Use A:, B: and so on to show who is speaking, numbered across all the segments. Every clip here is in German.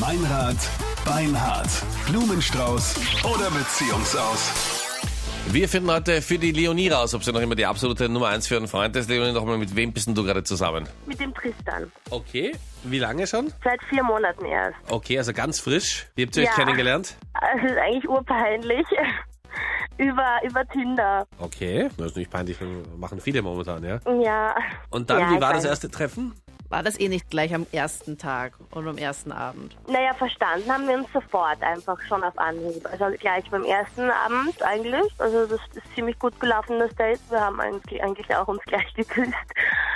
A: Meinrad, Beinhard, Blumenstrauß oder Beziehungsaus.
B: Wir finden heute für die Leonie raus, ob sie noch immer die absolute Nummer 1 für einen Freund ist. Leonie, nochmal, mit wem bist denn du gerade zusammen?
C: Mit dem Tristan.
B: Okay, wie lange schon?
C: Seit vier Monaten erst.
B: Okay, also ganz frisch. Wie habt ihr euch
C: Ja.
B: kennengelernt?
C: Also es ist eigentlich urpeinlich. über, über Tinder.
B: Okay, das ist nicht peinlich, machen viele momentan, ja.
C: Ja.
B: Und dann,
C: Ja,
B: wie
C: ich
B: war das
C: weiß.
B: erste Treffen?
D: War das eh nicht gleich am ersten Tag und am ersten Abend?
C: Naja, verstanden haben wir uns sofort einfach schon auf Anhieb. Also gleich beim ersten Abend eigentlich. Also das ist ziemlich gut gelaufen, das Date. Wir haben eigentlich eigentlich auch uns gleich geküsst.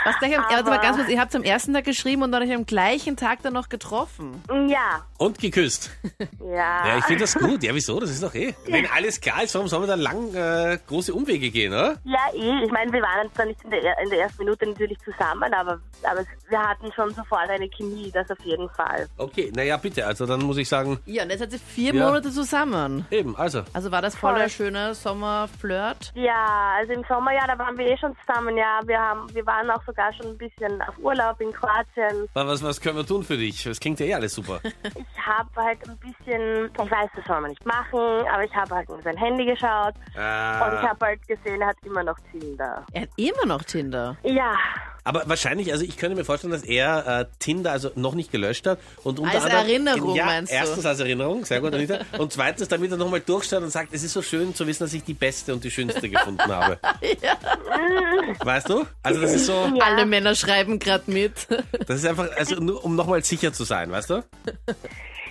D: Was gleich am, warte mal
C: Aber-
D: ganz kurz, ihr habt am ersten Tag geschrieben und dann euch am gleichen Tag dann noch getroffen.
C: Ja,
B: Und geküsst.
C: ja.
B: Ja, ich finde das gut. Ja, wieso? Das ist doch eh. Wenn alles klar ist, warum soll man dann lang äh, große Umwege gehen, oder?
C: Ja, eh. Ich meine, wir waren jetzt zwar nicht in der, er- in der ersten Minute natürlich zusammen, aber, aber es- wir hatten schon sofort eine Chemie, das auf jeden Fall.
B: Okay, naja, bitte. Also dann muss ich sagen,
D: Ja, und jetzt seid ihr vier
B: Ja.
D: Monate zusammen.
B: eben, also.
D: Also war das voll
C: Voll.
D: der schöne Sommerflirt?
C: Ja, also im Sommer, ja, da waren wir eh schon zusammen, ja. Wir haben, wir waren auch sogar schon ein bisschen auf Urlaub in Kroatien.
B: Was, was können wir tun für dich? Das klingt ja eh alles super.
C: Ich habe halt ein bisschen, ich weiß, das soll man nicht machen, aber ich habe halt in sein Handy geschaut und ich
B: Ah.
C: habe halt gesehen, er hat immer noch Tinder.
D: Er hat immer noch Tinder.
C: Ja,
B: Aber wahrscheinlich, also ich könnte mir vorstellen, dass er äh, Tinder also noch nicht gelöscht hat. Und unter
D: Als
B: anderem,
D: Erinnerung,
B: ja,
D: meinst du?
B: Erstens als Erinnerung, sehr gut, Anita. Und zweitens, damit er nochmal durchschaut und sagt, es ist so schön zu wissen, dass ich die Beste und die Schönste gefunden habe. Weißt du? Also das ist so,
C: Ja.
D: Alle Männer schreiben gerade mit.
B: das ist einfach, also nur um nochmal sicher zu sein, weißt du?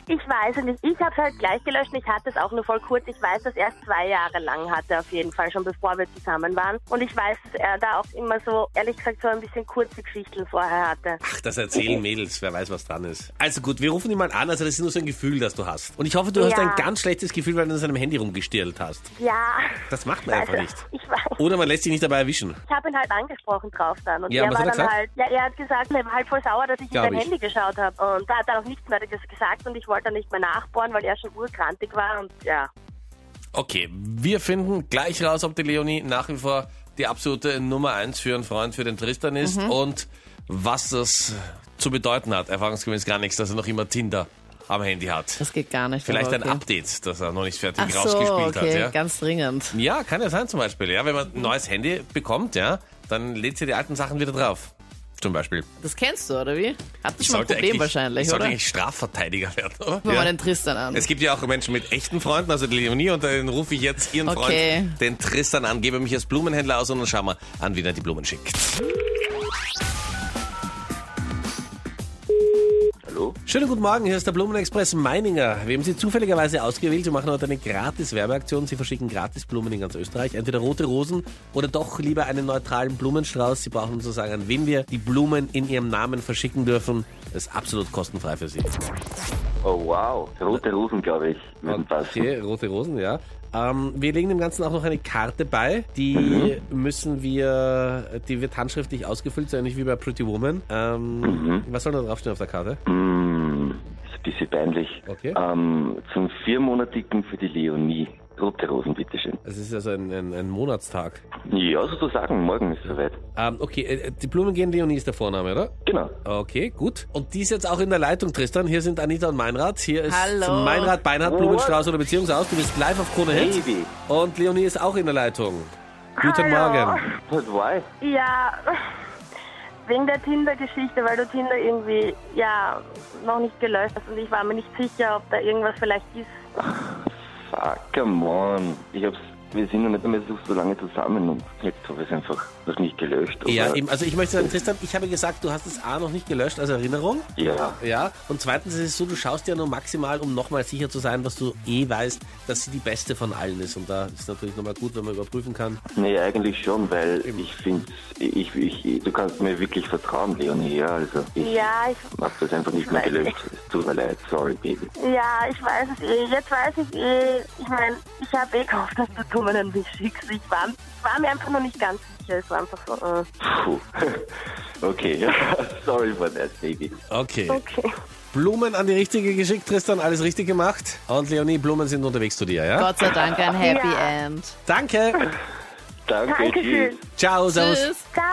C: ich weiß es nicht. Ich habe halt gleich gelöscht. Ich hatte es auch nur voll kurz. Ich weiß, dass er es zwei Jahre lang hatte, auf jeden Fall, schon bevor wir zusammen waren. Und ich weiß, dass er da auch immer so, ehrlich gesagt, so ein bisschen kurze Geschichten vorher hatte.
B: Ach, das erzählen Mädels, wer weiß, was dran ist. Also gut, wir rufen ihn mal an, also das ist nur so ein Gefühl, das du hast. Und ich hoffe, du hast
C: Ja.
B: ein ganz schlechtes Gefühl, weil du an seinem Handy rumgestirlt hast.
C: Ja.
B: Das macht man einfach
C: Also,
B: nicht.
C: Ich weiß.
B: Oder man lässt sich nicht dabei erwischen.
C: Ich habe ihn halt angesprochen drauf dann. Und
B: Ja,
C: er
B: was
C: war
B: hat er
C: dann
B: gesagt?
C: halt, ja, er hat gesagt, er war halt voll sauer, dass ich in
B: Glaub
C: sein
B: ich.
C: Handy geschaut habe. Und da hat er auch nichts mehr ges- gesagt und ich wollte dann nicht mehr nachbohren, weil er schon urkrantig war und ja.
B: Okay, wir finden gleich raus, ob die Leonie nach wie vor die absolute Nummer eins für einen Freund, für den Tristan ist
D: Mhm.
B: und was das zu bedeuten hat. Erfahrungsgemäß gar nichts, dass er noch immer Tinder am Handy hat.
D: Das geht gar nicht.
B: Vielleicht
D: aber
B: ein
D: okay.
B: Update, das er noch nicht fertig
D: Ach so,
B: rausgespielt
D: okay, Mhm.
B: hat. Ja?
D: ganz dringend.
B: ja, kann ja sein zum Beispiel. Ja, wenn man ein neues Handy bekommt, ja, dann lädt sie die alten Sachen wieder drauf. Zum Beispiel.
D: Das kennst du, oder wie? Hattest du
B: Ich
D: schon mal ein
B: sollte
D: Problem
B: eigentlich-
D: wahrscheinlich,
B: ich sollte
D: oder?
B: eigentlich Strafverteidiger werden, oder?
D: Guck mal den Tristan an.
B: Es gibt ja auch Menschen mit echten Freunden, also die Leonie, und dann rufe ich jetzt ihren
D: Okay.
B: Freund, den Tristan, an, gebe mich als Blumenhändler aus und dann schauen wir an, wen er die Blumen schickt.
E: Hallo?
B: Schönen guten Morgen, hier ist der Blumenexpress Meininger. Wir haben Sie zufälligerweise ausgewählt. Wir machen heute eine gratis Werbeaktion. Sie verschicken gratis Blumen in ganz Österreich. Entweder rote Rosen oder doch lieber einen neutralen Blumenstrauß. Sie brauchen zu sagen, an wen wir die Blumen in Ihrem Namen verschicken dürfen. Das ist absolut kostenfrei für Sie.
E: Oh wow, rote Rosen, glaube ich, würden passen.
B: Okay, rote Rosen, ja. Ähm, wir legen dem Ganzen auch noch eine Karte bei. Die müssen wir, die wird handschriftlich ausgefüllt, so ähnlich wie bei Pretty Woman. Ähm, Was soll da draufstehen auf der Karte?
E: Hm, ist ein bisschen peinlich.
B: Okay.
E: Ähm, zum Viermonatigen für die Leonie. Rote Rosen, bitteschön.
B: Es ist also ein, ein, ein Monatstag.
E: Ja, sozusagen, morgen ist soweit.
B: Ähm, okay, äh, die Blumen gehen Leonie ist der Vorname, oder?
E: Genau.
B: Okay, gut. Und die ist jetzt auch in der Leitung, Tristan. Hier sind Anita und Meinrad. Hier ist
D: Hallo.
B: Meinrad, Beinhard, Blumenstrauß oder Beziehungsaus. Du bist live auf Krone Hit.
E: Baby,
B: Und Leonie ist auch in der Leitung. Guten
C: Hallo.
B: Morgen.
E: was war?
C: Ja, wegen der Tinder-Geschichte, weil du Tinder irgendwie, ja, noch nicht gelöscht hast und ich war mir nicht sicher, ob da irgendwas vielleicht ist.
E: Fuck, come on. Ich hab's, wir sind noch nicht einmal so, so lange zusammen und jetzt habe ich es einfach noch nicht gelöscht. aber-
B: Ja, eben. Also ich möchte sagen, Tristan, ich habe gesagt, du hast es A noch nicht gelöscht als Erinnerung.
E: Ja,
B: Ja. Und zweitens ist es so, du schaust ja nur maximal, um nochmal sicher zu sein, was du eh weißt, dass sie die beste von allen ist. Und da ist natürlich nochmal gut, wenn man überprüfen kann.
E: nee, eigentlich schon, weil ich finde, ich, ich, du kannst mir wirklich vertrauen, Leonie. Ja, also ich
C: Ja, ich
E: hab das einfach nicht mehr gelöscht. Es tut mir leid, sorry, Baby.
C: Ja, ich weiß es eh. Jetzt weiß ich eh. Ich mein, ich habe eh gehofft, dass du Dummen an mich schickst. Ich war, ich war mir einfach noch nicht ganz sicher. Es war einfach so, äh,
E: Puh. Okay, sorry for that, baby.
B: Okay.
C: okay.
B: Blumen an die richtige geschickt, Tristan. Alles richtig gemacht. Und Leonie, Blumen sind unterwegs zu dir, ja?
D: Gott sei Dank ein Happy
C: Ja.
D: End.
B: Danke.
E: Danke,
C: Dankeschön.
E: tschüss.
B: Ciao, servus.
D: Tschüss.
C: Ciao.